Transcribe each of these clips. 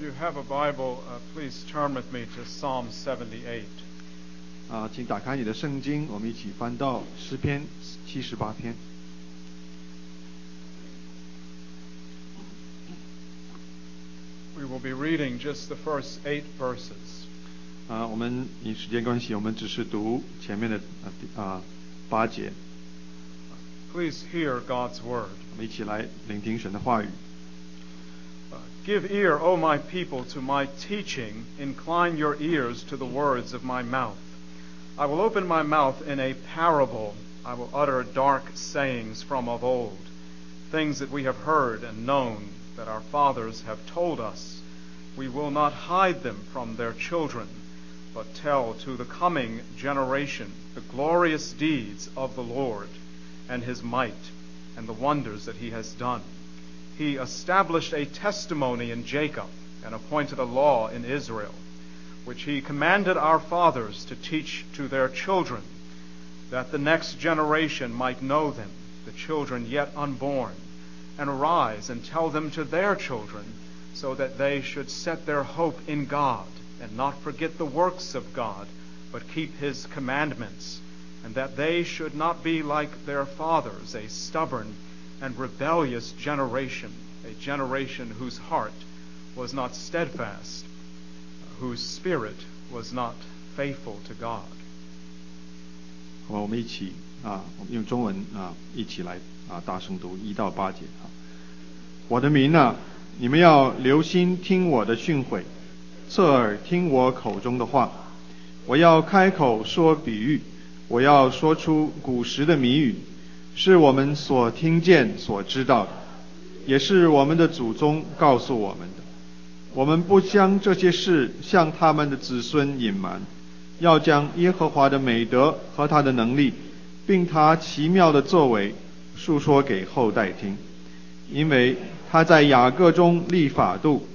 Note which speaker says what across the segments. Speaker 1: you have a Bible, uh, please turn with me to Psalm 78.
Speaker 2: 啊，请打开你的圣经，我们一起翻到诗篇七十八篇。
Speaker 1: We will be reading just the first eight verses.
Speaker 2: 啊，我们以时间关系，我们只是读前面的啊第啊八节，
Speaker 1: Please hear God's word.
Speaker 2: 我们一起来聆听神的话语。
Speaker 1: Uh, Give ear, O my people, to my teaching. Incline your ears to the words of my mouth. I will open my mouth in a parable. I will utter dark sayings from of old, things that we have heard and known, that our fathers have told us. We will not hide them from their children, but tell to the coming generation the glorious deeds of the Lord, and his might, and the wonders that he has done. He established a testimony in Jacob and appointed a law in Israel, which he commanded our fathers to teach to their children, that the next generation might know them, the children yet unborn, and arise and tell them to their children, so that they should set their hope in God and not forget the works of God, but keep his commandments, and that they should not be like their fathers, a stubborn and rebellious generation, a generation whose heart was not steadfast, whose spirit was not faithful to God.
Speaker 2: 好吧，我们一起啊，我们用中文啊，一起来啊，大声读一到八节啊。我的民啊，你们要留心听我的训诲，侧耳听我口中的话。我要开口说比喻，我要说出古时的谜语，是我们所听见所知道的，也是我们的祖宗告诉我们的。我们不将这些事向他们的子孙隐瞒，要将耶和华的美德和他的能力，并他奇妙的作为，述说给后代听，因为他在雅各中立法度，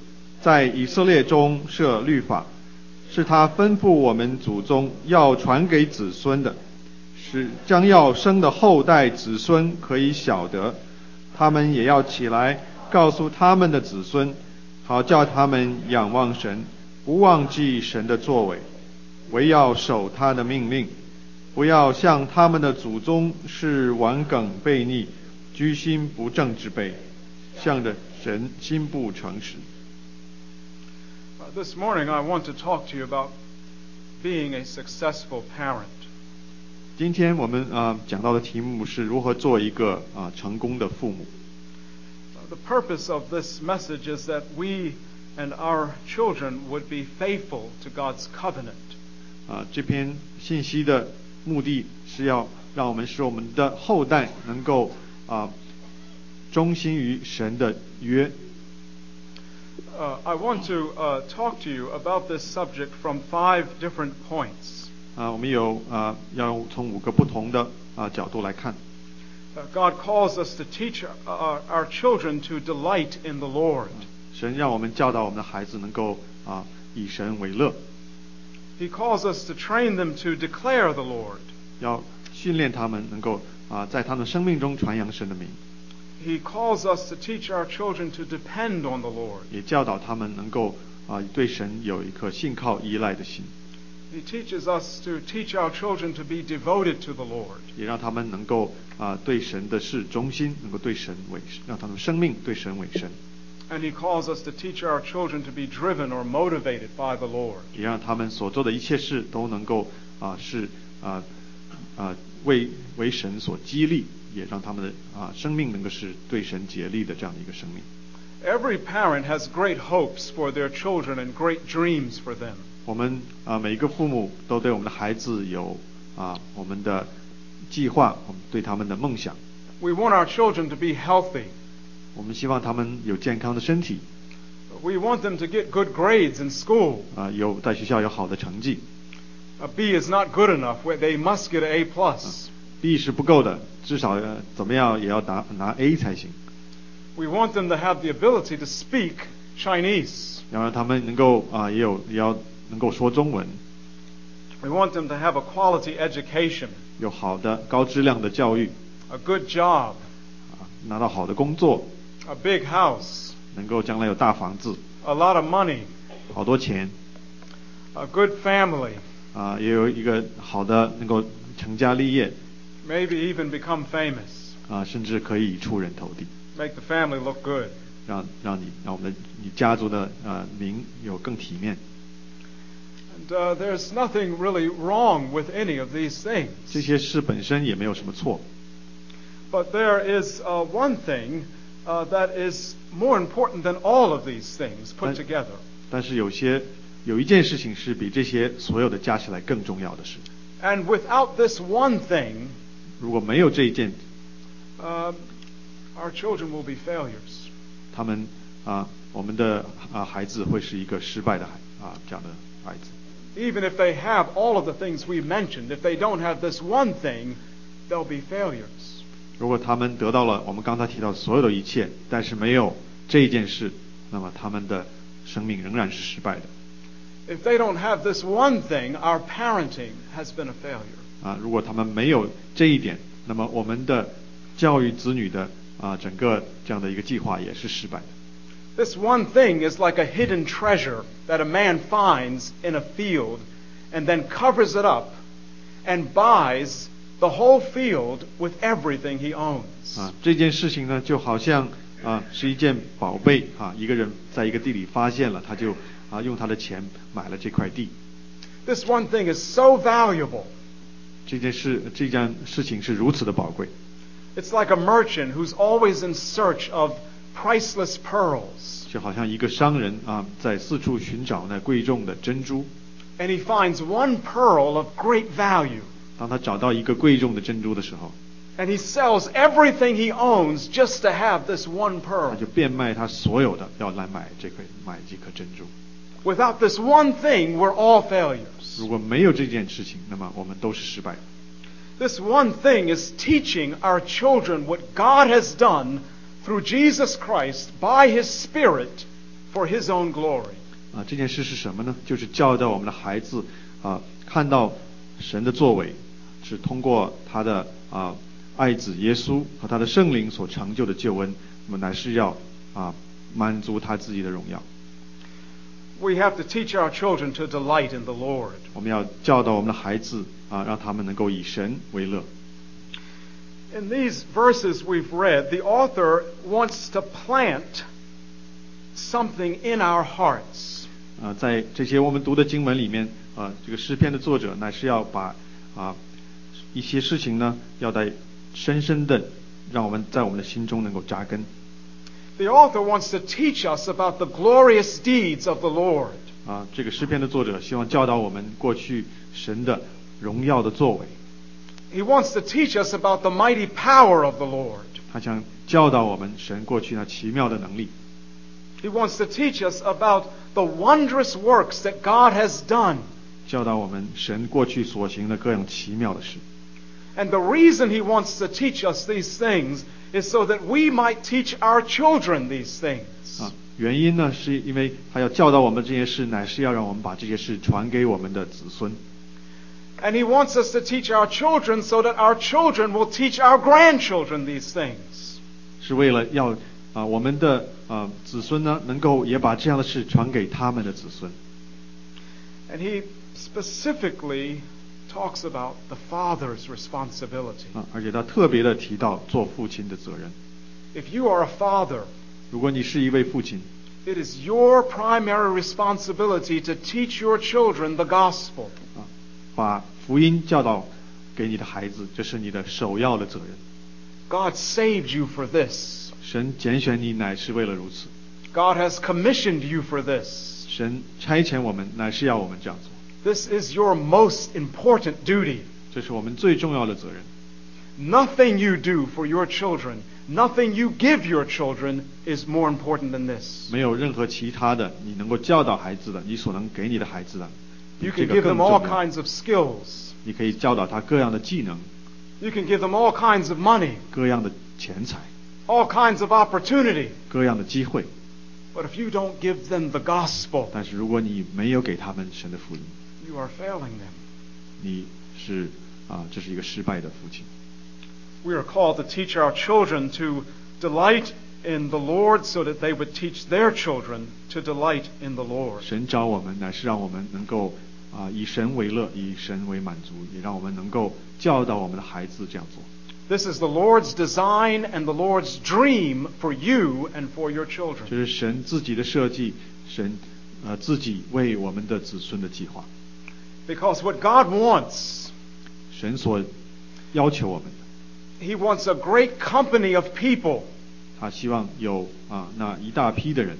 Speaker 2: 在以色列中设律法，是他吩咐我们祖宗要传给子孙的，使将要生的后代子孙可以晓得，他们也要起来告诉他们的子孙，好叫他们仰望神，不忘记神的作为，唯要守他的命令，不要像他们的祖宗是顽梗悖逆、居心不正之辈，向着神心不诚实。
Speaker 1: Uh, this morning, I want to talk to you about being a successful parent.
Speaker 2: 今天我们啊、呃讲到的题目是如何做一个啊、成功的父母。
Speaker 1: Uh, The purpose of this message is that we and our children would be faithful to God's covenant.
Speaker 2: 啊，这篇信息的目的是要让我们使我们的后代能够啊忠心于神的约。
Speaker 1: Uh, I want to uh, talk to you about this subject from five different points.
Speaker 2: 啊，我们有啊要用从五个不同的啊角度来看。
Speaker 1: Uh, God calls us to teach our, our, our children to delight in the Lord.
Speaker 2: 神让我们教导我们的孩子能够啊以神为乐，
Speaker 1: He calls us to train them to declare the Lord.
Speaker 2: 要训练他们能够啊在他们生命中传扬神的名，
Speaker 1: He calls us to teach our children to depend on the Lord.
Speaker 2: 也教导他们能够啊对神有一颗信靠依赖的心，
Speaker 1: He teaches us to teach our children to be devoted to the Lord.
Speaker 2: 也让他们能够啊、对神的事忠心，能够对神委，让他们生命对神委身，
Speaker 1: And He calls us to teach our children to be driven or motivated by the Lord.
Speaker 2: 也让他们所做的一切事都能够啊、是啊啊、为为神所激励，也让他们的啊、生命能够是对神竭力的这样的一个生命。
Speaker 1: Every parent has great hopes for their children and great dreams for them.
Speaker 2: 我们啊、每一个父母都对我们的孩子有啊、我们的计划，我们对他们的梦想，
Speaker 1: We want our children to be healthy.
Speaker 2: 我们希望他们有健康的身体，
Speaker 1: We want them to get good grades in school.
Speaker 2: 啊、有在学校有好的成绩。
Speaker 1: A B is not good enough. where They must get an A plus.
Speaker 2: B 是不够的，至少要怎么样也要拿拿 A 才行。
Speaker 1: We want them to have the ability to speak Chinese.
Speaker 2: 要让他们能够啊、也有也要能够说中文，
Speaker 1: We want them to have a quality education,
Speaker 2: 有好的高质量的教育，
Speaker 1: a good job,
Speaker 2: 啊，拿到好的工作，
Speaker 1: a big house,
Speaker 2: 能够将来有大房子，
Speaker 1: a lot of money,
Speaker 2: 好多钱，
Speaker 1: a good family,
Speaker 2: 啊、也有一个好的能够成家立业，
Speaker 1: maybe even become famous,
Speaker 2: 啊、甚至可以出人头地，
Speaker 1: make the family look good.
Speaker 2: 让让你让我们的你家族的呃名有更体面。
Speaker 1: And uh, there's nothing really wrong with any of these
Speaker 2: 这
Speaker 1: things.
Speaker 2: 些事本身也没有什么错，
Speaker 1: But there is uh, one thing uh, that is more important than all of these things put
Speaker 2: But-
Speaker 1: together,
Speaker 2: 但是有些有一件事情是比这些所有的加起来更重要的事。
Speaker 1: and without this one thing,
Speaker 2: 如果没有这一件，
Speaker 1: um, our children will be failures.
Speaker 2: 他们啊、我们的啊、孩子会是一个失败的孩啊、这样的孩子。
Speaker 1: Even if they have all of the things we mentioned, if they don't have this one thing, they'll be failures.
Speaker 2: 如果他们得到了我们刚才提到所有的一切，但是没有这一件事，那么他们的生命仍然是失败的。
Speaker 1: If they don't have this one thing, our parenting has been a failure.
Speaker 2: 啊，如果他们没有这一点，那么我们的教育子女的啊整个这样的一个计划也是失败的。
Speaker 1: This one thing is like a hidden treasure that a man finds in a field and then covers it up and buys the whole field with everything he owns.
Speaker 2: 啊，这件事情呢，就好像啊是一件宝贝啊，一个人在一个地里发现了，他就啊用他的钱买了这块地。
Speaker 1: This one thing is so valuable.
Speaker 2: 这件事这件事情是如此的宝贵，
Speaker 1: It's like a merchant who's always in search of priceless pearls
Speaker 2: 就好像一个商人啊在四处寻找那贵重的珍珠。
Speaker 1: and he finds one pearl of great value
Speaker 2: 当他找到一个贵重的珍珠的时候，
Speaker 1: and he sells everything he owns just to have this one
Speaker 2: 他
Speaker 1: pearl.
Speaker 2: 就变卖他所有的，要来买这块买这颗珍珠。
Speaker 1: Without this one thing, we're all failures.
Speaker 2: 如果没有这件事情，那么我们都是失败的。
Speaker 1: This one thing is teaching our children what God has done through Jesus Christ by His Spirit for His own glory.
Speaker 2: 啊，这件事是什么呢？就是教导我们的孩子啊，看到神的作为是通过他的啊爱子耶稣和他的圣灵所成就的救恩，那么乃是要啊满足他自己的荣耀。
Speaker 1: We have to teach our children to delight in the Lord.
Speaker 2: 我们要教导我们的孩子啊，让他们能够以神为乐。
Speaker 1: In these verses we've read, the author wants to plant something in our hearts.
Speaker 2: 啊，在这些我们读的经文里面，啊，这个诗篇的作者乃是要把啊一些事情呢，要在深深的让我们在我们的心中能够扎根。
Speaker 1: The author wants to teach us about the glorious deeds of the Lord.
Speaker 2: 啊，这个诗篇的作者希望教导我们过去神的荣耀的作为，
Speaker 1: He wants to teach us about the mighty power of the Lord.
Speaker 2: 他想教导我们神过去那奇妙的能力，
Speaker 1: He wants to teach us about the wondrous works that God has done.
Speaker 2: 教导我们神过去所行的各样奇妙的事。
Speaker 1: And the reason he wants to teach us these things is so that we might teach our children these things.
Speaker 2: 啊，原因呢，是因为他要教导我们这些事，乃是要让我们把这些事传给我们的子孙。
Speaker 1: And he wants us to teach our children so that our children will teach our grandchildren these things.
Speaker 2: 是为了要啊，我们的啊子孙呢，能够也把这样的事传给他们的子孙。
Speaker 1: And he specifically talks about the father's responsibility.
Speaker 2: 啊，而且他特别的提到做父亲的责任。
Speaker 1: If you are a father,
Speaker 2: 如果你是一位父亲，
Speaker 1: it is your primary responsibility to teach your children the gospel.
Speaker 2: 啊，把福音教导给你的孩子，这是你的首要的责任。
Speaker 1: God saved you for this.
Speaker 2: 神拣选你乃是为了如此，
Speaker 1: God has commissioned you for this.
Speaker 2: 神差遣我们乃是要我们这样做，
Speaker 1: This is your most important duty.
Speaker 2: 这是我们最重要的责任。
Speaker 1: Nothing you do for your children, nothing you give your children is more important than this.
Speaker 2: 没有任何其他的你能够教导孩子的，你所能给你的孩子的，
Speaker 1: You
Speaker 2: 这
Speaker 1: can
Speaker 2: 个
Speaker 1: give
Speaker 2: 更
Speaker 1: them
Speaker 2: 重
Speaker 1: all
Speaker 2: 要。
Speaker 1: kinds of skills.
Speaker 2: 你可以教导他各样的技能、
Speaker 1: You can give them all kinds of money,
Speaker 2: 各样的钱财、
Speaker 1: all kinds of opportunity.
Speaker 2: 各样的机会，
Speaker 1: But if you don't give them the gospel,
Speaker 2: 但是如果你没有给他们神的福音，
Speaker 1: you are failing them.
Speaker 2: 你是啊，这是一个失败的父亲。
Speaker 1: We are called to teach our children to delight in the Lord so that they would teach their children to delight in the Lord.
Speaker 2: 神招我们，乃是让我们能够啊、以神为乐，以神为满足，也让我们能够教导我们的孩子这样做。
Speaker 1: This is the Lord's design and the Lord's dream for you and for your
Speaker 2: 这
Speaker 1: children.
Speaker 2: 是神自己的设计，神呃自己为我们的子孙的计划，
Speaker 1: Because what God wants,
Speaker 2: 神所要求我们的，
Speaker 1: He wants a great company of people
Speaker 2: 他希望有啊、那一大批的人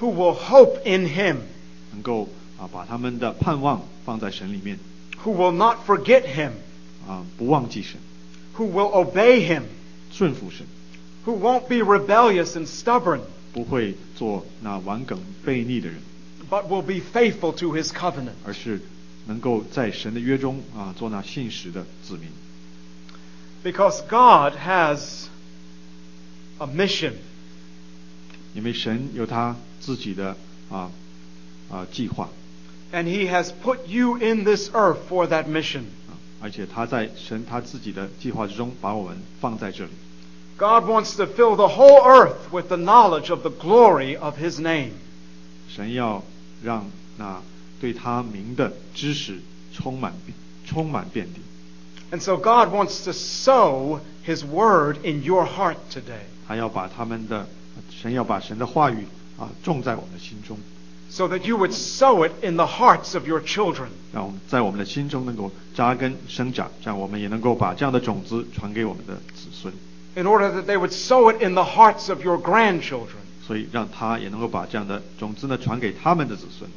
Speaker 1: who will hope in Him,
Speaker 2: 能够啊、把他们的盼望放在神里面
Speaker 1: who will not forget Him,
Speaker 2: 啊、不忘记神，
Speaker 1: who will obey Him,
Speaker 2: 顺服神，
Speaker 1: who won't be rebellious and stubborn,
Speaker 2: 不会做那顽梗悖逆的人，
Speaker 1: but will be faithful to His covenant.
Speaker 2: 而是能够在神的约中啊、做那信实的子民。
Speaker 1: Because God has a mission.
Speaker 2: 因为神有他自己的啊啊计划
Speaker 1: And he has put you in this earth for that mission.
Speaker 2: 啊，而且他在神他自己的计划之中把我们放在这里。
Speaker 1: God wants to fill the whole earth with the knowledge of the glory of his name.
Speaker 2: 神要让那对他名的知识充满充满遍地，
Speaker 1: And so God wants to sow his word in your heart today
Speaker 2: 他要把他们的神要把神的话语啊种在我们的心中，
Speaker 1: so that you would sow it in the hearts of your children.
Speaker 2: 让我们在我们的心中能够扎根生长，这样我们也能够把这样的种子传给我们的子孙，
Speaker 1: In order that they would sow it in the hearts of your grandchildren,
Speaker 2: 所以让他也能够把这样的种子呢传给他们的子孙。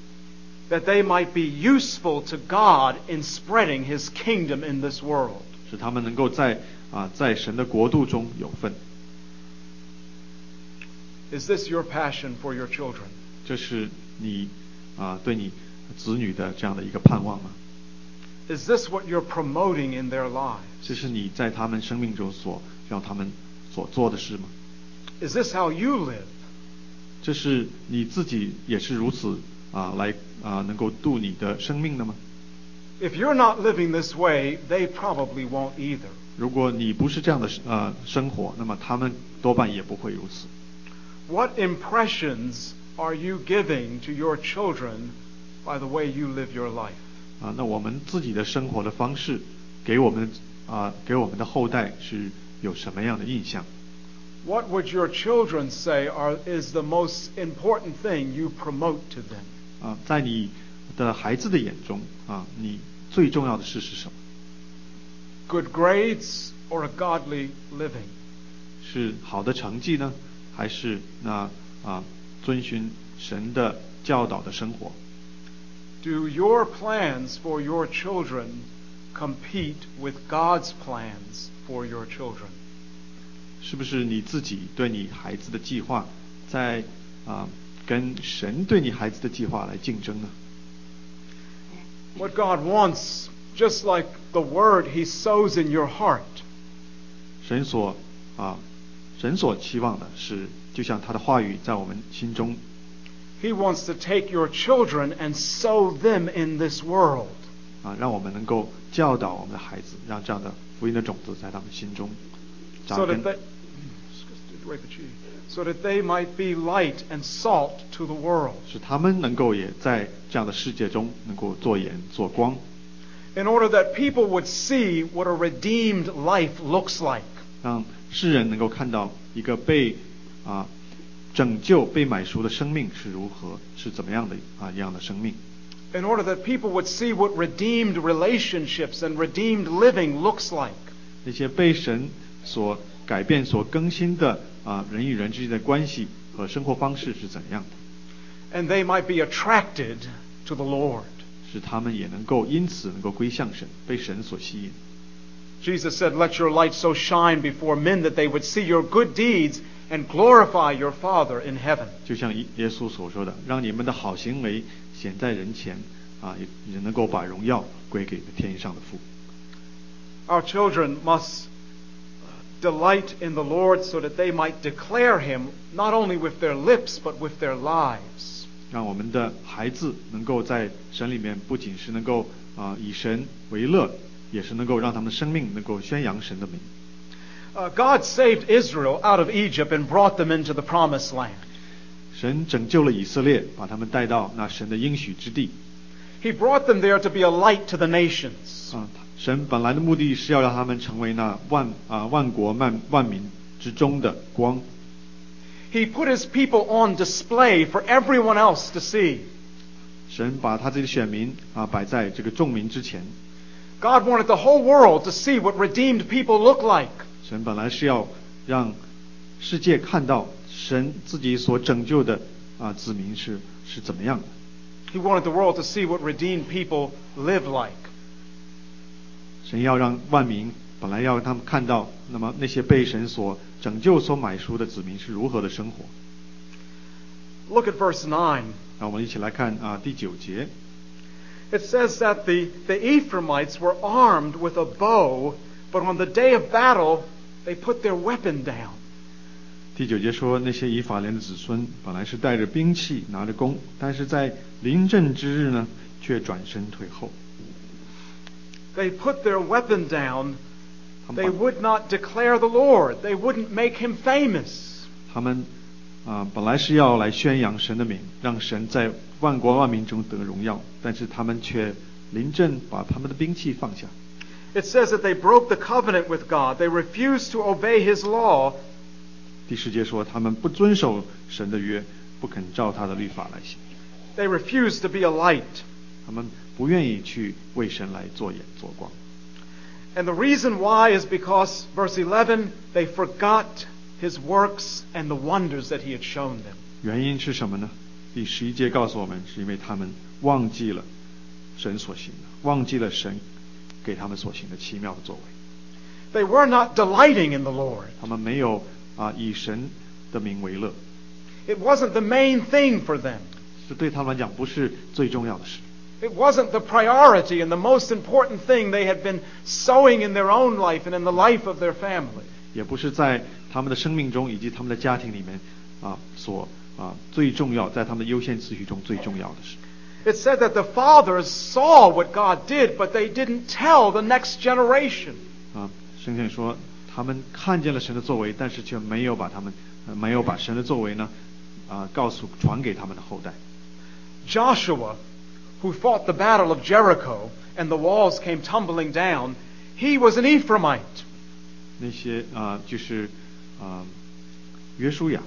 Speaker 1: that they might be useful to God in spreading his kingdom in this world.
Speaker 2: 使他们能够在啊、在神的国度中有份。
Speaker 1: Is this your passion for your children?
Speaker 2: 这是你啊、对你子女的这样的一个盼望吗？
Speaker 1: Is this what you're promoting in their lives?
Speaker 2: 这是你在他们生命中所让他们所做的事吗？
Speaker 1: Is this how you live?
Speaker 2: 这是你自己也是如此啊、来啊、能够度你的生命的吗？
Speaker 1: If you're not living this way, they probably won't either.
Speaker 2: 如果你不是这样的呃生活，那么他们多半也不会如此。
Speaker 1: What impressions are you giving to your children by the way you live your life?
Speaker 2: 啊，那我们自己的生活的方式，给我们啊、给我们的后代是有什么样的印象？
Speaker 1: What would your children say are, is the most important thing you promote to them?
Speaker 2: 啊，在你的孩子的眼中啊，你最重要的事是什么？
Speaker 1: Good grades or a godly living?
Speaker 2: 是好的成绩呢，还是那啊遵循神的教导的生活？
Speaker 1: Do your plans for your children compete with God's plans for your children?
Speaker 2: 是不是你自己对你孩子的计划在啊跟神对你孩子的计划来竞争呢？
Speaker 1: What God wants, just like the word He sows in your heart,
Speaker 2: 神所啊神所期望的是，就像他的话语在我们心中
Speaker 1: He wants to take your children and sow them in this world.
Speaker 2: 啊，让我们能够教导我们的孩子，让这样的福音的种子在他们心中扎
Speaker 1: So
Speaker 2: 根。
Speaker 1: that, they, so that they might be light and salt to the world.
Speaker 2: 使他们能够也在这样的世界中能够做盐做光，
Speaker 1: In order that people would see what a redeemed life looks like.
Speaker 2: 让世人能够看到一个被啊拯救、被买赎的生命是如何是怎么样的啊一样的生命，
Speaker 1: In order that people would see what redeemed relationships and redeemed living looks like.
Speaker 2: 那些被神所改变、所更新的啊人与人之间的关系和生活方式是怎样的，
Speaker 1: And they might be attracted to the Lord.
Speaker 2: 使他们也能够因此能够归向神，被神所吸引。
Speaker 1: Jesus said, Let your light so shine before men that they would see your good deeds and glorify your Father in heaven.
Speaker 2: 就像耶耶稣所说的，让你们的好行为显在人前啊，也也能够把荣耀归给天上的父。
Speaker 1: Our children must delight in the Lord so that they might declare Him not only with their lips but with their lives.
Speaker 2: 让我们的孩子能够在神里面，不仅是能够啊、以神为乐，也是能够让他们的生命能够宣扬神的名。
Speaker 1: Uh, God saved Israel out of Egypt and brought them into the promised land.
Speaker 2: 神拯救了以色列，把他们带到那神的应许之地。
Speaker 1: He brought them there to be a light to the nations.
Speaker 2: 啊，神本来的目的是要让他们成为那万啊万国万万民之中的光。
Speaker 1: He put his people on display for everyone else to see.
Speaker 2: 神把他自己的选民啊摆在这个众民之前。
Speaker 1: God wanted the whole world to see what redeemed people look like.
Speaker 2: 神本来是要让世界看到神自己所拯救的啊子民是是怎么样的。
Speaker 1: He wanted the world to see what redeemed people live like.
Speaker 2: 神要让万民本来要让他们看到，那么那些被神所拯救、所买赎的子民是如何的生活。
Speaker 1: Look at verse 9.
Speaker 2: 那我们一起来看啊第九节，
Speaker 1: It says that the, the Ephraimites were armed with a bow, but on the day of battle, they put their weapon down.
Speaker 2: 第九节说那些以法莲的子孙本来是带着兵器、拿着弓，但是在临阵之日呢，却转身退后。
Speaker 1: They put their weapon down.
Speaker 2: Come
Speaker 1: They
Speaker 2: on.
Speaker 1: would not declare the Lord. They wouldn't make him famous.
Speaker 2: 他们啊、本来是要来宣扬神的名，让神在万国万民中得荣耀，但是他们却临阵把他们的兵器放下。
Speaker 1: It says that they broke the covenant with God. They refused to obey his law.
Speaker 2: 第十节说，他们不遵守神的约，不肯照他的律法来行，
Speaker 1: They refused to be a light.
Speaker 2: 他们不愿意去为神来做眼做光。
Speaker 1: And the reason why is because, verse 11, they forgot his works and the wonders that he had shown them.
Speaker 2: 原因是什么呢？第十一节告诉我们，是因为他们忘记了神所行的，忘记了神给他们所行的奇妙的作为，
Speaker 1: They were not delighting in the Lord.
Speaker 2: 他们没有啊、以神的名为乐，
Speaker 1: It wasn't the main thing for them.
Speaker 2: 这对他们来讲不是最重要的事，
Speaker 1: It wasn't the priority and the most important thing they had been sowing in their own life and in the life of their family.
Speaker 2: 也不是在他们的生命中以及他们的家庭里面啊所啊最重要，在他们的优先次序中最重要的事。
Speaker 1: It said that the fathers saw what God did, but they didn't tell the next generation.
Speaker 2: 啊，圣经说他们看见了神的作为，但是却没有把他们、呃没有把神的作为呢啊告诉传给他们的后代。
Speaker 1: Joshua, who fought the battle of Jericho and the walls came tumbling down, he was an Ephraimite.
Speaker 2: 那些啊、就是啊、约书亚，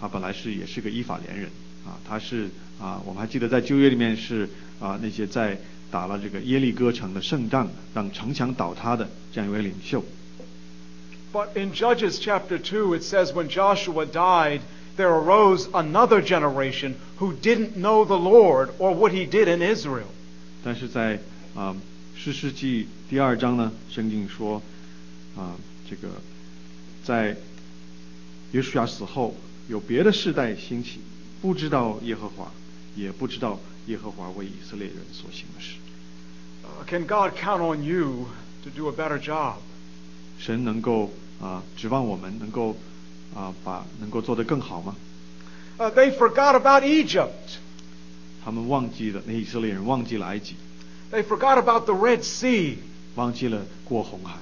Speaker 2: 他本来是也是个依法连人啊，他是啊、我们还记得在旧约里面是啊、那些在打了这个耶利哥城的胜仗，让城墙倒塌的这样一位领袖。
Speaker 1: But in Judges chapter 2, it says when Joshua died, there arose another generation who didn't know the Lord or what he did in Israel.
Speaker 2: 但是在啊诗世纪第二章呢，圣经说啊、这个在约书亚死后，有别的世代兴起，不知道耶和华，也不知道耶和华为以色列人所行的事。
Speaker 1: Uh, can God count on you to do a better job?
Speaker 2: 神能够啊、指望我们能够啊、把能够做得更好吗？
Speaker 1: Uh, they forgot about Egypt.
Speaker 2: 他们忘记了那以色列人忘记了埃及，
Speaker 1: They forgot about the Red Sea,
Speaker 2: 忘记了过红海，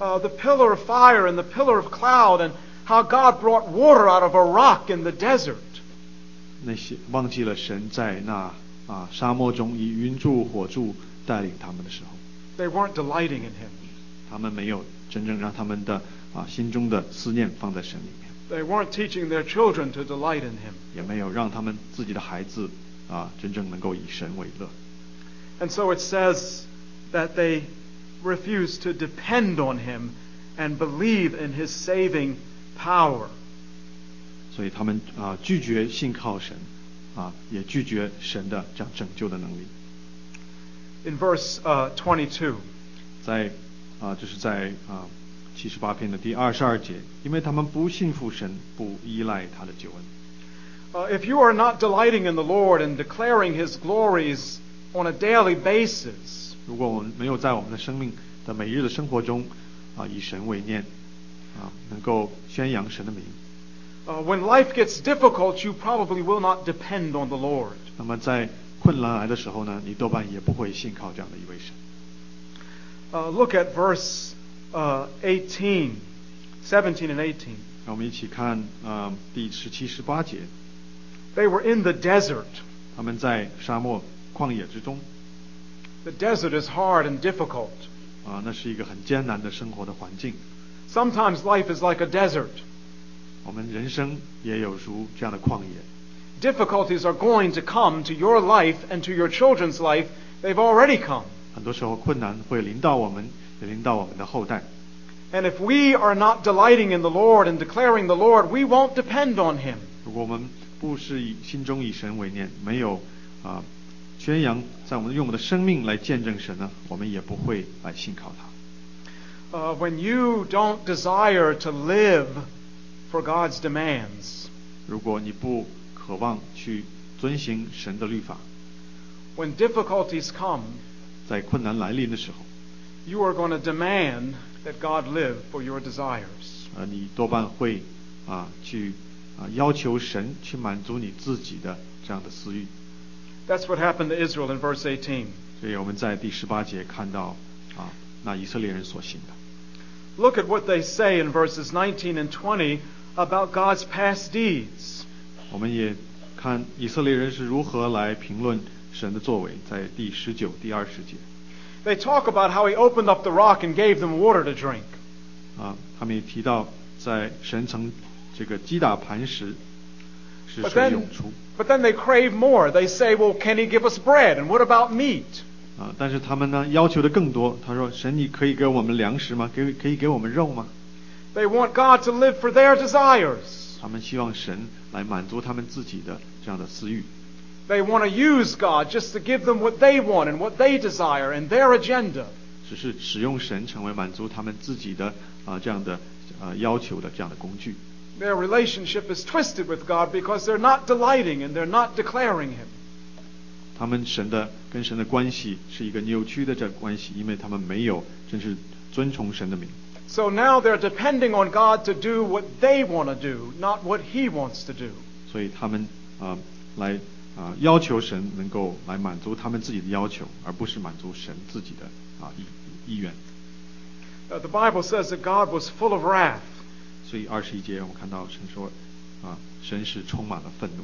Speaker 1: uh, the pillar of fire and the pillar of cloud, and how God brought water out of a rock in the desert.
Speaker 2: 那些忘记了神在那啊沙漠中以云柱火柱带领他们的时候，
Speaker 1: They weren't delighting in Him.
Speaker 2: 他们没有真正让他们的啊心中的思念放在神里面，
Speaker 1: They weren't teaching their children to delight in Him.
Speaker 2: 也没有让他们自己的孩子啊真正能够以神为乐。
Speaker 1: And so it says that they refuse to depend on Him and believe in His saving power.
Speaker 2: 所以他们啊拒绝信靠神，啊也拒绝神的这样拯救的能力。
Speaker 1: In verse uh, 22,
Speaker 2: 在啊，这是在啊七十八篇的第二十二节，因为他们不信服神，不依赖他的救恩。
Speaker 1: uh, if you are not delighting in the Lord and declaring His glories on a daily basis,
Speaker 2: 如果我们没有在我们的生命的每日的生活中啊以神为念啊，能够宣扬神的名，
Speaker 1: uh, when life gets difficult, you probably will not depend on the Lord.
Speaker 2: 那么在困难来的时候呢，你多半也不会信靠这样的一位神。
Speaker 1: Uh, look at verse uh, 18. 17 and 18.
Speaker 2: 让我们一起看啊、呃第十七、十八节，
Speaker 1: They were in the desert.
Speaker 2: 他们在沙漠旷野之中
Speaker 1: The desert is hard and difficult.
Speaker 2: 啊、那是一个很艰难的生活的环境。
Speaker 1: Sometimes life is like a desert.
Speaker 2: 我们人生也有如这样的旷野，
Speaker 1: Difficulties are going to come to your life and to your children's life. They've already come.
Speaker 2: 很多时候困难会临到我们，也临到我们的后代。
Speaker 1: And if we are not delighting in the Lord and declaring the Lord, we won't depend on Him.
Speaker 2: 如果我们不是以心中以神为念，没有啊、宣扬，在我们用我们的生命来见证神呢，我们也不会来信靠他。
Speaker 1: Uh, when you don't desire to live for God's demands,
Speaker 2: 如果你不渴望去遵行神的律法，
Speaker 1: when difficulties come,
Speaker 2: 在困难来临的时候，
Speaker 1: you are going to demand that God live for your desires.
Speaker 2: 呃，你多半会啊、去啊、要求神去满足你自己的这样的私欲。
Speaker 1: That's what happened to Israel in verse 18.
Speaker 2: 所以我们在第十八节看到啊，那以色列人所行的。
Speaker 1: Look at what they say in verses 19 and 20 about God's past deeds.
Speaker 2: 我们也看以色列人是如何来评论神的作为，在第十九、第二十节
Speaker 1: They talk about how He opened up the rock and gave them water to drink.
Speaker 2: 啊，他们也提到在神曾这个击打磐石，使
Speaker 1: But
Speaker 2: 水
Speaker 1: then,
Speaker 2: 涌出
Speaker 1: but then they crave more. They say, well, can He give us bread? And what about meat?
Speaker 2: 啊，但是他们呢要求的更多，他说神你可以给我们粮食吗？给可以给我们肉吗？
Speaker 1: They want God to live for their desires.
Speaker 2: 他们希望神来满足他们自己的这样的私欲，
Speaker 1: They want to use God just to give them what they want and what they desire and their agenda.
Speaker 2: 只是使用神成为满足他们自己的啊这样的呃要求的这样的工具。
Speaker 1: Their relationship is twisted with God because they're not delighting and they're not declaring Him.
Speaker 2: 他们神的跟神的关系是一个扭曲的这关系，因为他们没有真是遵从神的名，
Speaker 1: So now they're depending on God to do what they want to do, not what He wants to do.
Speaker 2: 所以他们啊、呃来啊、呃要求神能够来满足他们自己的要求，而不是满足神自己的啊、意意愿。
Speaker 1: Uh, the Bible says that God was full of wrath.
Speaker 2: 所以二十一节我们看到神说啊、神是充满了愤怒。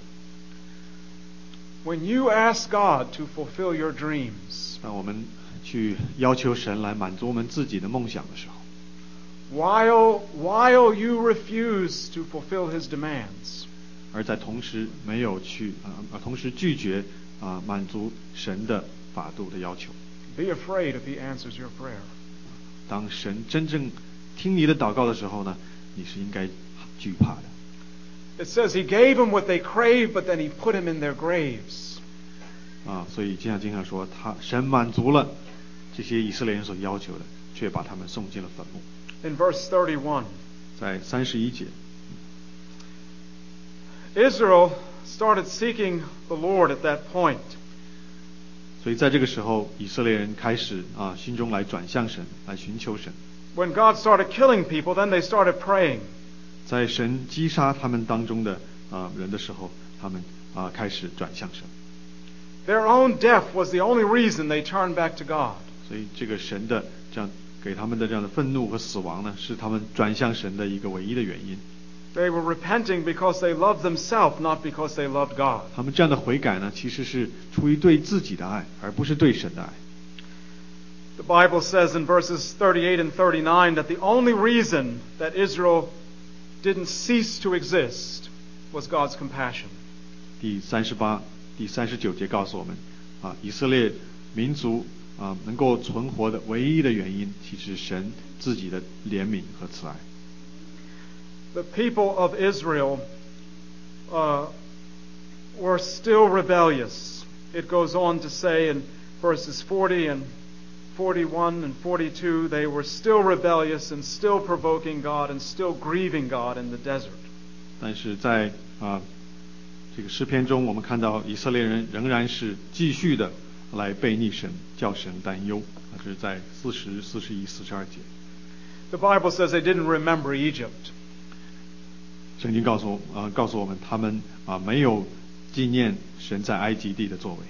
Speaker 1: When you ask God to fulfill your dreams,
Speaker 2: 当我们去要求神来满足我们自己的梦想的时候，
Speaker 1: while, while you refuse to fulfill His demands,
Speaker 2: 而在同时没有去啊、呃同时拒绝啊、满足神的法度的要求。
Speaker 1: be afraid if He answers your prayer.
Speaker 2: 当神真正听你的祷告的时候呢，你是应该惧怕的。
Speaker 1: It says He gave them what they craved, but then He put them in their graves.
Speaker 2: 啊，所以经常经常说，他神满足了这些以色列人所要求的，却把他们送进了坟墓。
Speaker 1: In verse 31,
Speaker 2: 在三十一节，
Speaker 1: Israel started seeking the Lord at that point.
Speaker 2: 所以在这个时候，以色列人开始啊，心中来转向神，来寻求神。
Speaker 1: When God started killing people, then they started praying.
Speaker 2: 在神击杀他们当中的啊人的时候，他们啊开始转向神。
Speaker 1: Their own death was the only reason they turned back to God.
Speaker 2: 所以这个神的这样给他们的这样的愤怒和死亡呢，是他们转向神的一个唯一的原因。
Speaker 1: They were repenting because they loved themselves, not because they loved God.
Speaker 2: 他们这样的悔改呢，其实是出于对自己的爱，而不是对神的爱。
Speaker 1: The Bible says in verses 38 and 39 that the only reason that Israel didn't cease to exist was God's compassion.
Speaker 2: 第三十八、第三十九节告诉我们，啊，以色列民族啊能够存活的唯一的原因，其实是神自己的怜悯和慈爱。
Speaker 1: The people of Israel uh, were still rebellious. It goes on to say in verses 40 and 41 and 42 they were still rebellious and still provoking God and still grieving God in the desert.
Speaker 2: 但是在啊这个诗篇中，我们看到以色列人仍然是继续的来背逆神，叫神担忧。啊这是在四十、四十一、四十二节。
Speaker 1: The Bible says they didn't remember Egypt.
Speaker 2: 圣经告诉我啊、告诉我们他们啊、没有纪念神在埃及地的作为。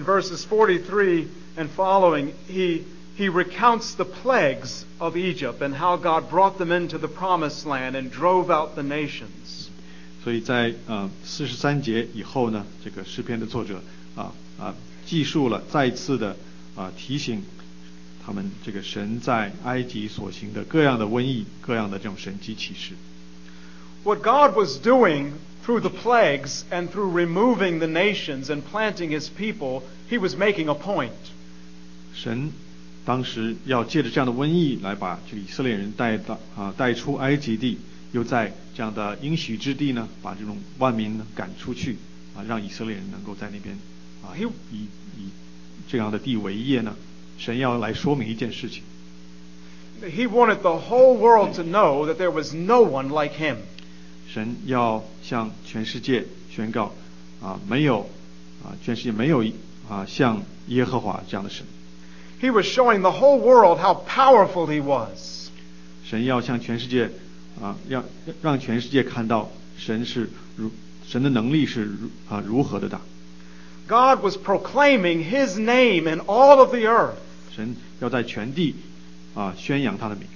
Speaker 1: In verses 43 and following, he he recounts the plagues of Egypt and how God brought them into the promised land and drove out the nations.
Speaker 2: 所以在呃四十三节以后呢，这个诗篇的作者啊啊记述了再次的啊提醒他们这个神在埃及所行的各样的瘟疫、各样的这种神迹奇事。
Speaker 1: What God was doing through the plagues and through removing the nations and planting his people, he was making a point.
Speaker 2: 神当时要借着这样的瘟疫来把这个以色列人带到啊带出埃及地，又在这样的应许之地呢，把这种万民呢赶出去啊，让以色列人能够在那边啊
Speaker 1: 哎
Speaker 2: 以
Speaker 1: 呦
Speaker 2: 以以这样的地为业呢。神要来说明一件事情，
Speaker 1: He wanted the whole world to know that there was no one like him.
Speaker 2: 神要向全世界宣告啊，没有啊，全世界没有啊像耶和华这样的神。
Speaker 1: He was showing the whole world how powerful he was.
Speaker 2: 神要向全世界啊，让让全世界看到神是如神的能力是如啊如何的大。
Speaker 1: God was proclaiming his name in all of the earth.
Speaker 2: 神要在全地啊宣扬他的名。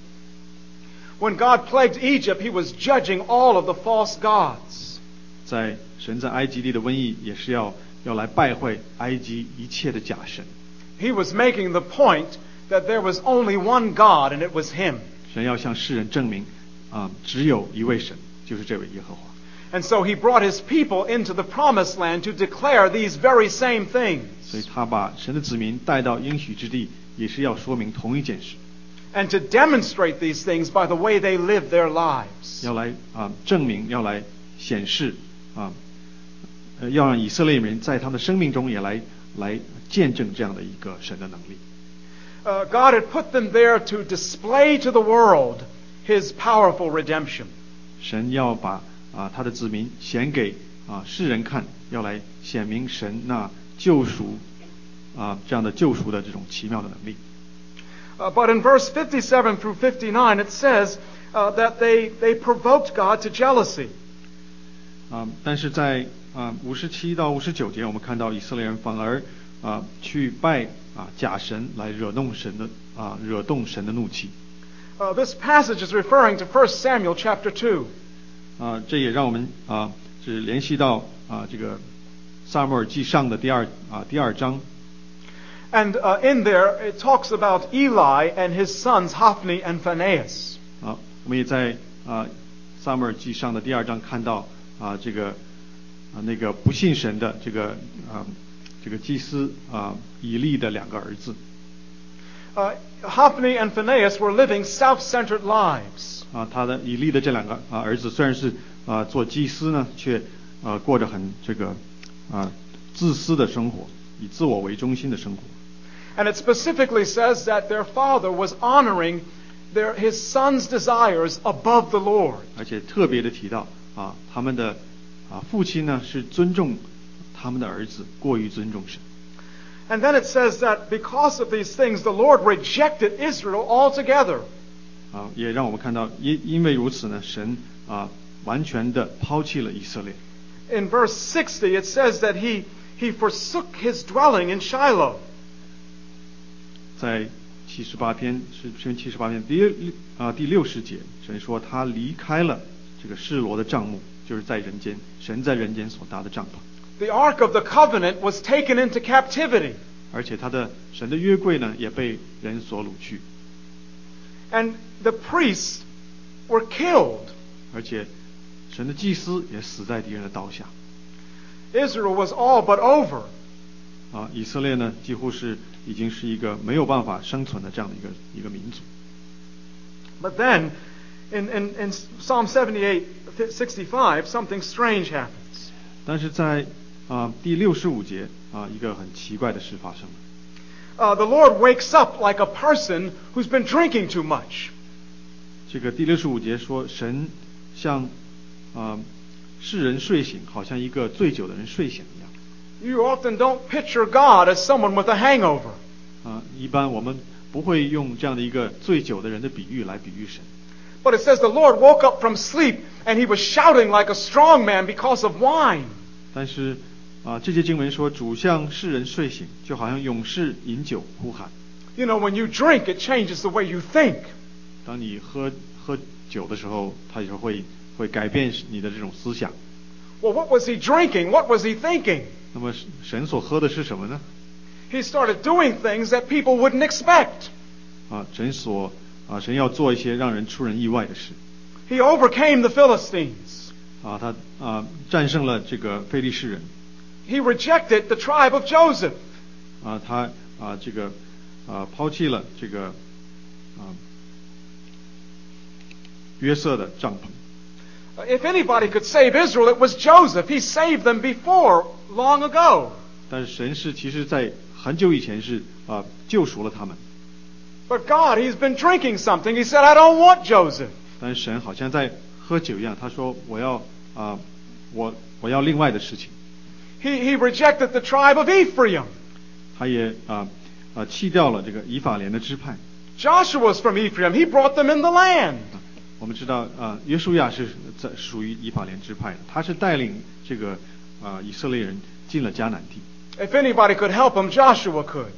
Speaker 1: When God plagued Egypt, he was judging all of the false gods.
Speaker 2: 在神在埃及地的瘟疫也是要要来败坏埃及一切的假神。
Speaker 1: He was making the point that there was only one God and it was him.
Speaker 2: 神要向世人证明啊，只有一位神，就是这位耶和华。
Speaker 1: And so he brought his people into the promised land to declare these very same
Speaker 2: 所以
Speaker 1: things
Speaker 2: 他把神的子民带到应许之地，也是要说明同一件事，
Speaker 1: and to demonstrate these things by the way they lived their lives.
Speaker 2: 要来啊证明，要来显示啊，呃要让以色列人在他们的生命中也来来见证这样的一个神的能力。
Speaker 1: Uh, God had put them there to display to the world his powerful redemption.
Speaker 2: 神要把啊他的子民显给啊世人看，要来显明神那救赎啊这样的救赎的这种奇妙的能力。
Speaker 1: Uh, but in verse 57 through 59, it says uh, that they, they provoked God to jealousy.
Speaker 2: 啊，但是在啊五十七到五十九节，我们看到以色列人反而啊去拜啊假神来惹动神的啊惹动神的怒气
Speaker 1: Uh, this passage is referring to 1 Samuel chapter 2.
Speaker 2: 啊，这也让我们啊是联系到啊这个萨母尔记上的第二啊第二章
Speaker 1: And uh, in there, it talks about Eli and his sons Hophni and Phinehas.
Speaker 2: 啊，我们也在啊萨母尔记上的第二章看到啊这个啊那个不信神的这个啊这个祭司啊以利的两个儿子。
Speaker 1: Uh, Hophni and Phinehas were living self centered lives.
Speaker 2: 啊，他的以利的这两个啊儿子虽然是啊做祭司呢，却啊过着很这个啊自私的生活，以自我为中心的生活。
Speaker 1: And it specifically says that their father was honoring their, his son's desires above the Lord.
Speaker 2: 而且特别的提到啊，他们的啊父亲呢是尊重他们的儿子，过于尊重神。
Speaker 1: And then it says that because of these things, the Lord rejected Israel altogether.
Speaker 2: 啊，也让我们看到，因因为如此呢，神啊完全的抛弃了以色列。
Speaker 1: In verse 60, it says that he, he forsook his dwelling in Shiloh.
Speaker 2: 在七十八篇是篇七十八篇第啊、第六十节，神说他离开了这个示罗的帐幕，就是在人间，神在人间所搭的帐篷，
Speaker 1: The Ark of the Covenant was taken into captivity.
Speaker 2: 而且他的神的约柜呢也被人所掳去，
Speaker 1: And the priests were killed.
Speaker 2: 而且神的祭司也死在敌人的刀下，
Speaker 1: Israel was all but over.
Speaker 2: 啊，以色列呢几乎是已经是一个没有办法生存的这样的一个一个民族。
Speaker 1: But then, in, in, in Psalm 78, 65, something strange happens.
Speaker 2: 但是在啊、第六十五节啊、一个很奇怪的事发生了。
Speaker 1: Uh, the Lord wakes up like a person who's been drinking too much.
Speaker 2: 这个第六十五节说，神像啊、世人睡醒，好像一个醉酒的人睡醒一样。
Speaker 1: You often don't picture God as someone with a hangover.
Speaker 2: 啊、一般我们不会用这样的一个醉酒的人的比喻来比喻神，
Speaker 1: But it says the Lord woke up from sleep and he was shouting like a strong man because of wine.
Speaker 2: 但是啊、这些经文说，主向世人睡醒，就好像勇士饮酒呼喊。
Speaker 1: You know, when you drink, it changes the way you think.
Speaker 2: 当你喝喝酒的时候，它就会会改变你的这种思想。
Speaker 1: Well, what was he drinking? What was he thinking?
Speaker 2: 那么神所喝的是什么呢？
Speaker 1: He started doing things that people wouldn't expect.
Speaker 2: 啊，神所啊，神要做一些让人出人意外的事。
Speaker 1: He overcame the Philistines.
Speaker 2: 啊，他啊战胜了这个非利士人。
Speaker 1: He rejected the tribe of Joseph.
Speaker 2: 啊，他啊这个啊抛弃了这个啊约瑟的帐篷。
Speaker 1: If anybody could save Israel, it was Joseph. He saved them before, long ago.
Speaker 2: 但是神是其实在很久以前是啊救赎了他们，
Speaker 1: But God, he's been drinking something. He said, I don't want Joseph.
Speaker 2: 但是神好像在喝酒一样，他说我要啊我我要另外的事情，
Speaker 1: He, he rejected the tribe of Ephraim.
Speaker 2: 他也啊啊弃掉了这个以法莲的支派。
Speaker 1: Joshua's from Ephraim. He brought them in the land.
Speaker 2: 我们知道啊，约书亚是在属于以法莲支派的，他是带领这个啊以色列人进了迦南地。
Speaker 1: If anybody could help him, Joshua could.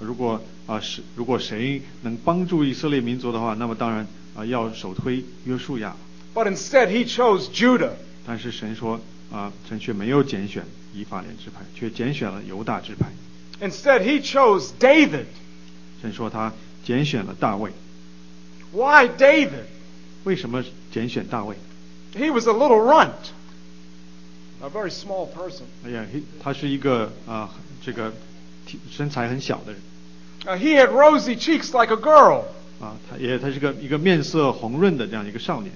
Speaker 2: 如果啊是如果谁能帮助以色列民族的话，那么当然啊要首推约书亚。
Speaker 1: But instead, he chose Judah.
Speaker 2: 但是神说啊，神却没有拣选以法莲支派，却拣选了犹大支派。
Speaker 1: Instead, he chose David.
Speaker 2: 神说他拣选了大卫，
Speaker 1: Why David?
Speaker 2: 为什么拣选大卫？
Speaker 1: He was a little runt, a very small person.
Speaker 2: 哎呀，嘿他是一个啊这个体身材很小的人。
Speaker 1: Uh, he had rosy cheeks like a girl.
Speaker 2: 啊，他也他是个一个面色红润的这样一个少年，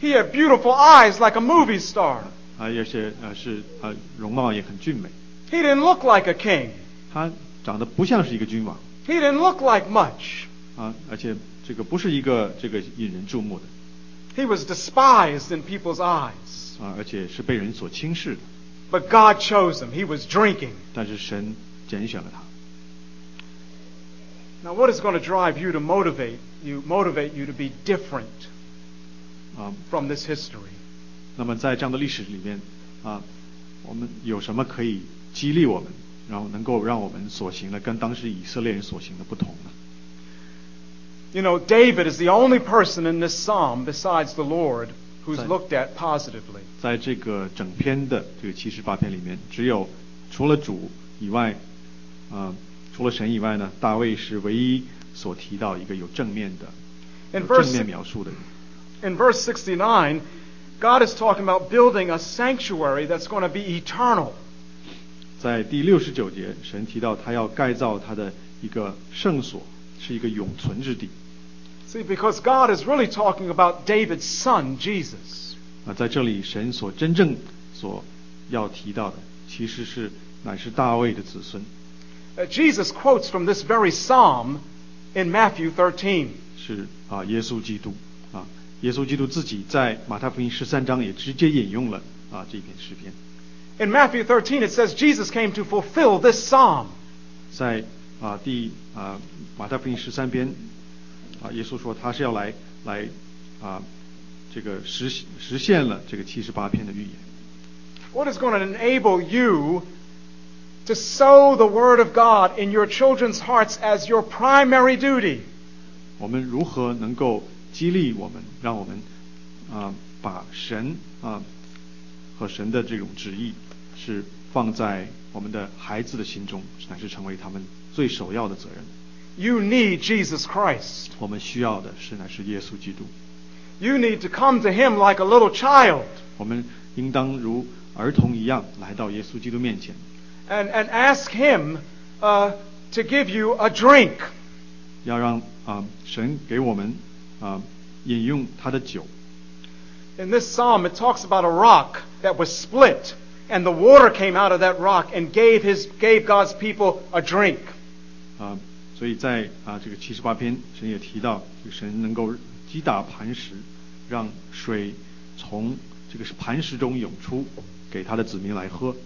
Speaker 1: He had beautiful eyes like a movie star.
Speaker 2: 啊，也是呃是呃容貌也很俊美，
Speaker 1: He didn't look like a king.
Speaker 2: 他长得不像是一个君王，
Speaker 1: He didn't look like much.
Speaker 2: 啊，而且这个不是一个这个引人注目的，
Speaker 1: He was despised in people's eyes.
Speaker 2: 啊，而且是被人所轻视的，
Speaker 1: But God chose him. He was drinking.
Speaker 2: 但是神拣选了他。
Speaker 1: Now, what is going to drive you to motivate you, motivate you to be different
Speaker 2: 啊，
Speaker 1: from this history?
Speaker 2: 那么在这样的历史里面，啊，我们有什么可以激励我们，然后能够让我们所行的跟当时以色列人所行的不同呢？
Speaker 1: You know, David is the only person in this psalm besides the Lord who's
Speaker 2: Thank-
Speaker 1: looked at positively.
Speaker 2: 在这个整篇的这个七十八篇里面，只有除了主以外，啊、除了神以外呢，大卫是唯一所提到一个有正面的、
Speaker 1: In
Speaker 2: 有
Speaker 1: verse
Speaker 2: 正面描述的人。
Speaker 1: In verse 69, God is talking about building a sanctuary that's going to be eternal.
Speaker 2: 在第六十九节，神提到他要盖造他的一个圣所，是一个永存之地。
Speaker 1: See, because God is really talking about David's son, Jesus.
Speaker 2: 啊，在这里，神所真正所要提到的，其实是乃是大卫的子孙，
Speaker 1: Uh, Jesus quotes from this very psalm in Matthew 13.
Speaker 2: 是啊，耶稣基督啊，耶稣基督自己在马太福音十三章也直接引用了啊这篇诗篇，
Speaker 1: In Matthew 13, it says Jesus came to fulfill this psalm.
Speaker 2: 在啊第啊马太福音十三篇啊，耶稣说他是要来来啊这个实实现了这个七十八篇的预言
Speaker 1: What is going to enable you to sow the Word of God in your children's hearts as your primary duty?
Speaker 2: 我们如何能够激励我们，让我们啊把神啊和神的这种旨意是放在我们的孩子的心中，乃是成为他们最首要的责任。
Speaker 1: You need Jesus Christ.
Speaker 2: 我们需要的是乃是耶稣基督，
Speaker 1: You need to come to Him like a little child
Speaker 2: 我们应当如儿童一样来到耶稣基督面前，
Speaker 1: and, and ask Him uh, to give you a drink.
Speaker 2: 要让啊、神给我们啊、饮用他的酒。
Speaker 1: In this psalm, it talks about a rock that was split, and the water came out of that rock and gave, his, gave God's people a drink.
Speaker 2: 啊，所以在啊这个七十八篇，神也提到，这个神能够击打磐石，让水从这个是磐石中涌出，给他的子民来喝。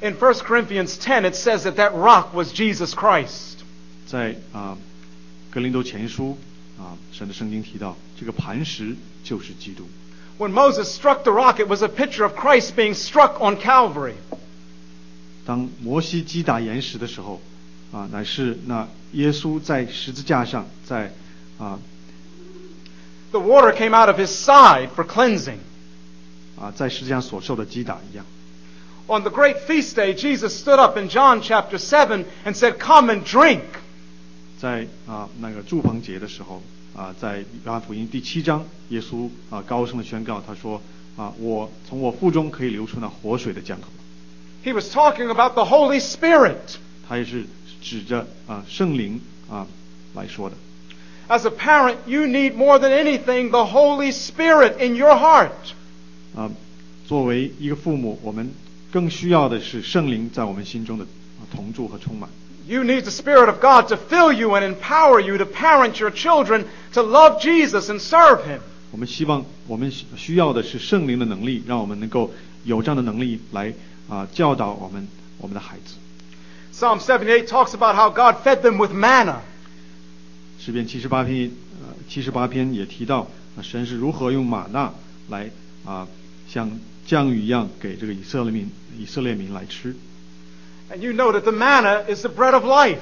Speaker 1: In 1 Corinthians 10, it says that that rock was Jesus Christ.
Speaker 2: 在啊格林多前书啊，神的圣经提到，这个磐石就是基督。
Speaker 1: When Moses struck the rock, it was a picture of Christ being struck on Calvary.
Speaker 2: 当摩西击打岩石的时候，啊，乃是那耶稣在十字架上，在啊
Speaker 1: The water came out of his side for cleansing.
Speaker 2: 啊在十字架上所受的击打一样。
Speaker 1: On the great feast day, Jesus stood up in John chapter 7 and said, Come and drink.
Speaker 2: 在啊那个祝棚节的时候啊，在约翰福音第七章，耶稣啊高声的宣告，他说啊我从我腹中可以流出那活水的江河。
Speaker 1: He was talking about the Holy Spirit.
Speaker 2: 他也是指着啊圣灵啊来说的。
Speaker 1: As a parent, you need more than anything the Holy Spirit in your heart.
Speaker 2: 啊，作为一个父母，我们更需要的是圣灵在我们心中的啊同住和充满。
Speaker 1: You need the Spirit of God to fill you and empower you to parent your children to love Jesus and serve Him.
Speaker 2: 我们希望我们需需要的是圣灵的能力，让我们能够有这样的能力来啊教导我们我们的孩子。
Speaker 1: Psalm 78 talks about how God fed them with manna.
Speaker 2: 诗篇七十八篇呃七十八篇也提到，啊神是如何用玛纳来啊像降雨一样给这个以色列民以色列民来吃。
Speaker 1: And you know that the manna is the bread of life.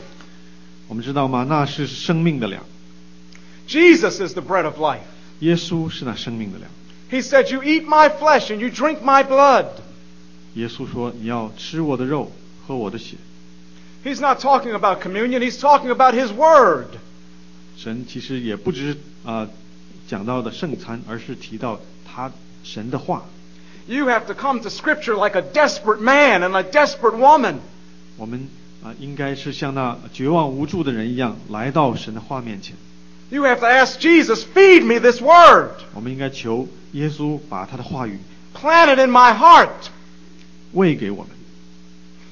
Speaker 2: 我们知道玛纳是生命的粮，
Speaker 1: Jesus is the bread of life.
Speaker 2: 耶稣是那生命的粮。
Speaker 1: He said, You eat my flesh and you drink my blood.
Speaker 2: 耶稣说：“你要吃我的肉，喝我的血。
Speaker 1: He's not talking about communion, he's talking about His Word. ”
Speaker 2: 神其实也不只是啊、讲到的圣餐，而是提到他神的话。
Speaker 1: You have to come to Scripture like a desperate man and a desperate woman.
Speaker 2: 我们啊、应该是像那绝望无助的人一样，来到神的话面前。
Speaker 1: You have to ask Jesus, Feed me this Word.
Speaker 2: 我们应该求耶稣把他的话语
Speaker 1: Plant it in my heart.
Speaker 2: 喂给我们，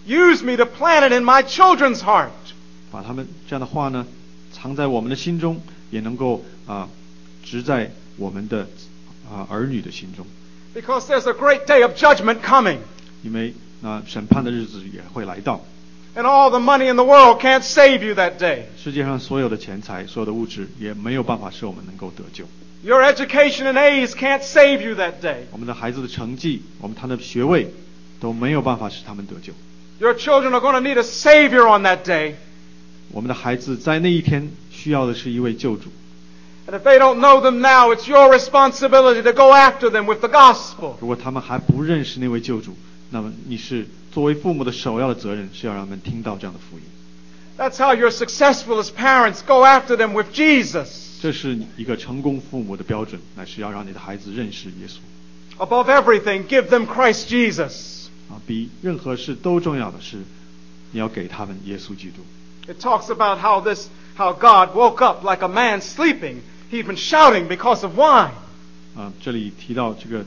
Speaker 1: Use me to plant it in my children's heart.
Speaker 2: 把他们这样的话呢藏在我们的心中，也能够啊、植在我们的啊、儿女的心中，
Speaker 1: Because there's a great day of judgment coming.
Speaker 2: 因为那、审判的日子也会来到。
Speaker 1: And all the money in the world can't save you that day.
Speaker 2: 世界上所有的钱财、所有的物质也没有办法使我们能够得救。
Speaker 1: Your education and A's can't save you that day.
Speaker 2: 我们的孩子的成绩，我们他的学位，都没有办法使他们得救。
Speaker 1: Your children are going to need a Savior on that day.
Speaker 2: 我们的孩子在那一天需要的是一位救主。
Speaker 1: And if they don't know them now, it's your responsibility to go after them with the gospel.
Speaker 2: 如果他们还不认识那位救主，那么你是作为父母的首要的责任是要让他们听到这样的福音。
Speaker 1: That's how you're successful as parents. Go after them with Jesus.
Speaker 2: 这是一个成功父母的标准，乃是要让你的孩子认识耶稣。
Speaker 1: Above everything, give them Christ Jesus.
Speaker 2: 啊，比任何事都重要的是，你要给他们耶稣基督。
Speaker 1: It talks about how this, how God woke up like a man sleeping. He'd been shouting because of wine.
Speaker 2: 啊，这里提到这个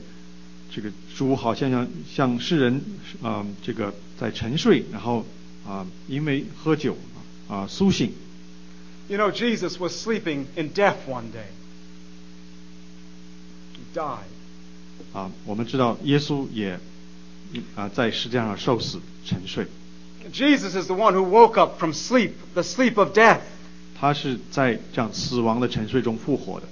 Speaker 2: 这个主好像像像世人啊、这个在沉睡，然后啊、因为喝酒啊、苏醒。
Speaker 1: You know, Jesus was sleeping in death one day. He died.
Speaker 2: 啊、我们知道耶稣也啊、在世界上受死沉睡，
Speaker 1: Jesus is the one who woke up from sleep, the sleep of death.
Speaker 2: 他是在这样死亡的沉睡中复活的。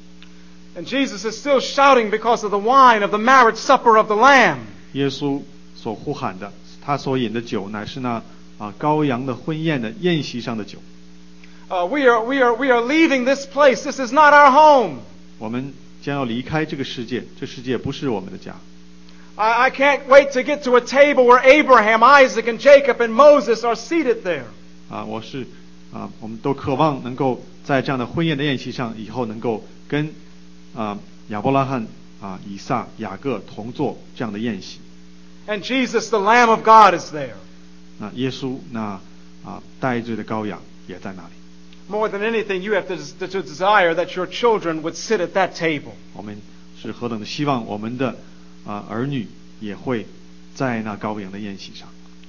Speaker 1: And Jesus is still shouting because of the wine of the marriage supper of the Lamb.
Speaker 2: 耶稣所呼喊的，他所饮的酒乃是那啊、羔羊的婚宴的宴席上的酒。
Speaker 1: Uh, we, are, we, are, we are leaving this place. This is not our home.
Speaker 2: 我们将要离开这个世界，这世界不是我们的家。
Speaker 1: I, I can't wait to get to a table where Abraham, Isaac, and Jacob and Moses are seated there.
Speaker 2: 啊，我是啊，我们都渴望能够在这样的婚宴的宴席上，以后能够跟啊亚伯拉罕啊以撒雅各同坐这样的宴席。
Speaker 1: And Jesus, the Lamb of God, is there.
Speaker 2: 那耶稣那啊带罪的羔羊也在那里。
Speaker 1: More than anything, you have to, des- to desire that your children would sit at that table.
Speaker 2: 我们是何等的希望我们的啊儿女也会在那羔羊的宴席上。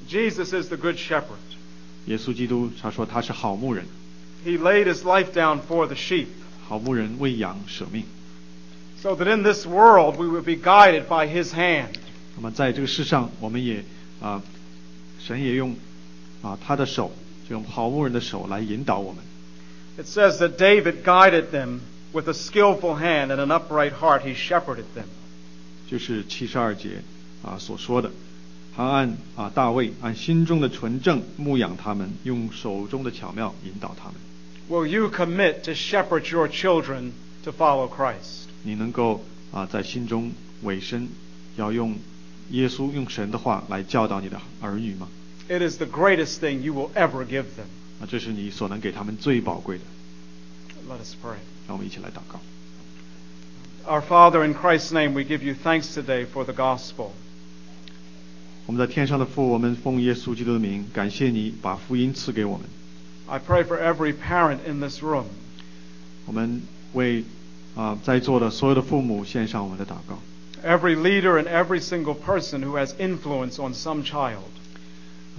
Speaker 1: Jesus is the Good Shepherd.
Speaker 2: 耶稣基督他说他是好牧人，
Speaker 1: He laid his life down for the sheep,
Speaker 2: 好牧人为羊舍命。
Speaker 1: so that in this world we would be guided by his hand.
Speaker 2: 那么在这个世上，我们也啊、神也用啊、他的手，就用好牧人的手来引导我们。
Speaker 1: It says that David guided them with a skillful hand and an upright heart. He shepherded them.
Speaker 2: 就是七十二节啊、所说的他按啊大卫按心中的纯正牧养他们，用手中的巧妙引导他们。
Speaker 1: Will you commit to shepherd your children to follow Christ?
Speaker 2: 你能够啊在心中委身，要用耶稣用神的话来教导你的儿女吗？
Speaker 1: It is the greatest thing you will ever give them.
Speaker 2: 啊，这是你所能给他们最宝贵的。
Speaker 1: Let us pray.
Speaker 2: 让我们一起来祷告。
Speaker 1: Our Father, in Christ's name, we give you thanks today for the gospel.
Speaker 2: 我们在天上的父，我们奉耶稣基督的名，感谢你把福音赐给我们。
Speaker 1: I pray for every parent in this room.
Speaker 2: 我们为啊、在座的所有的父母献上我们的祷告，
Speaker 1: every leader and every single person who has influence on some child.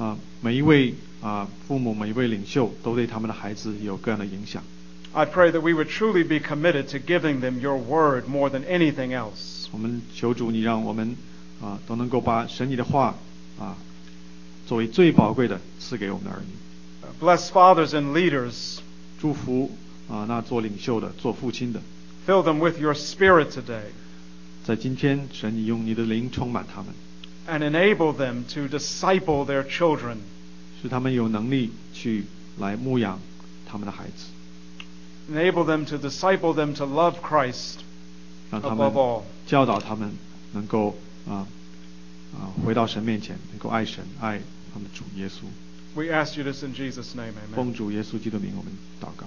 Speaker 2: 啊、每一位啊、父母每一位领袖都对他们的孩子有各样的影响。
Speaker 1: I pray that we would truly be committed to giving them your word more than anything else.
Speaker 2: 我们求主，你让我们啊、都能够把神你的话啊、作为最宝贵的赐给我们的儿女。
Speaker 1: Bless fathers and leaders.
Speaker 2: 祝福啊、那做领袖的、做父亲的，
Speaker 1: Fill them with your spirit today
Speaker 2: 在今天，神你用你的灵充满他们，
Speaker 1: and enable them to disciple their children.
Speaker 2: 使他们有能力去来牧养他们的孩子，
Speaker 1: Enable them to disciple them to love Christ
Speaker 2: 让他
Speaker 1: above
Speaker 2: 们
Speaker 1: all.
Speaker 2: 教导他们能够啊啊、回到神面前，能够爱神，爱他们的主耶稣。
Speaker 1: We ask you this in Jesus' name. Amen.
Speaker 2: 奉主耶稣基督的名，我们祷告。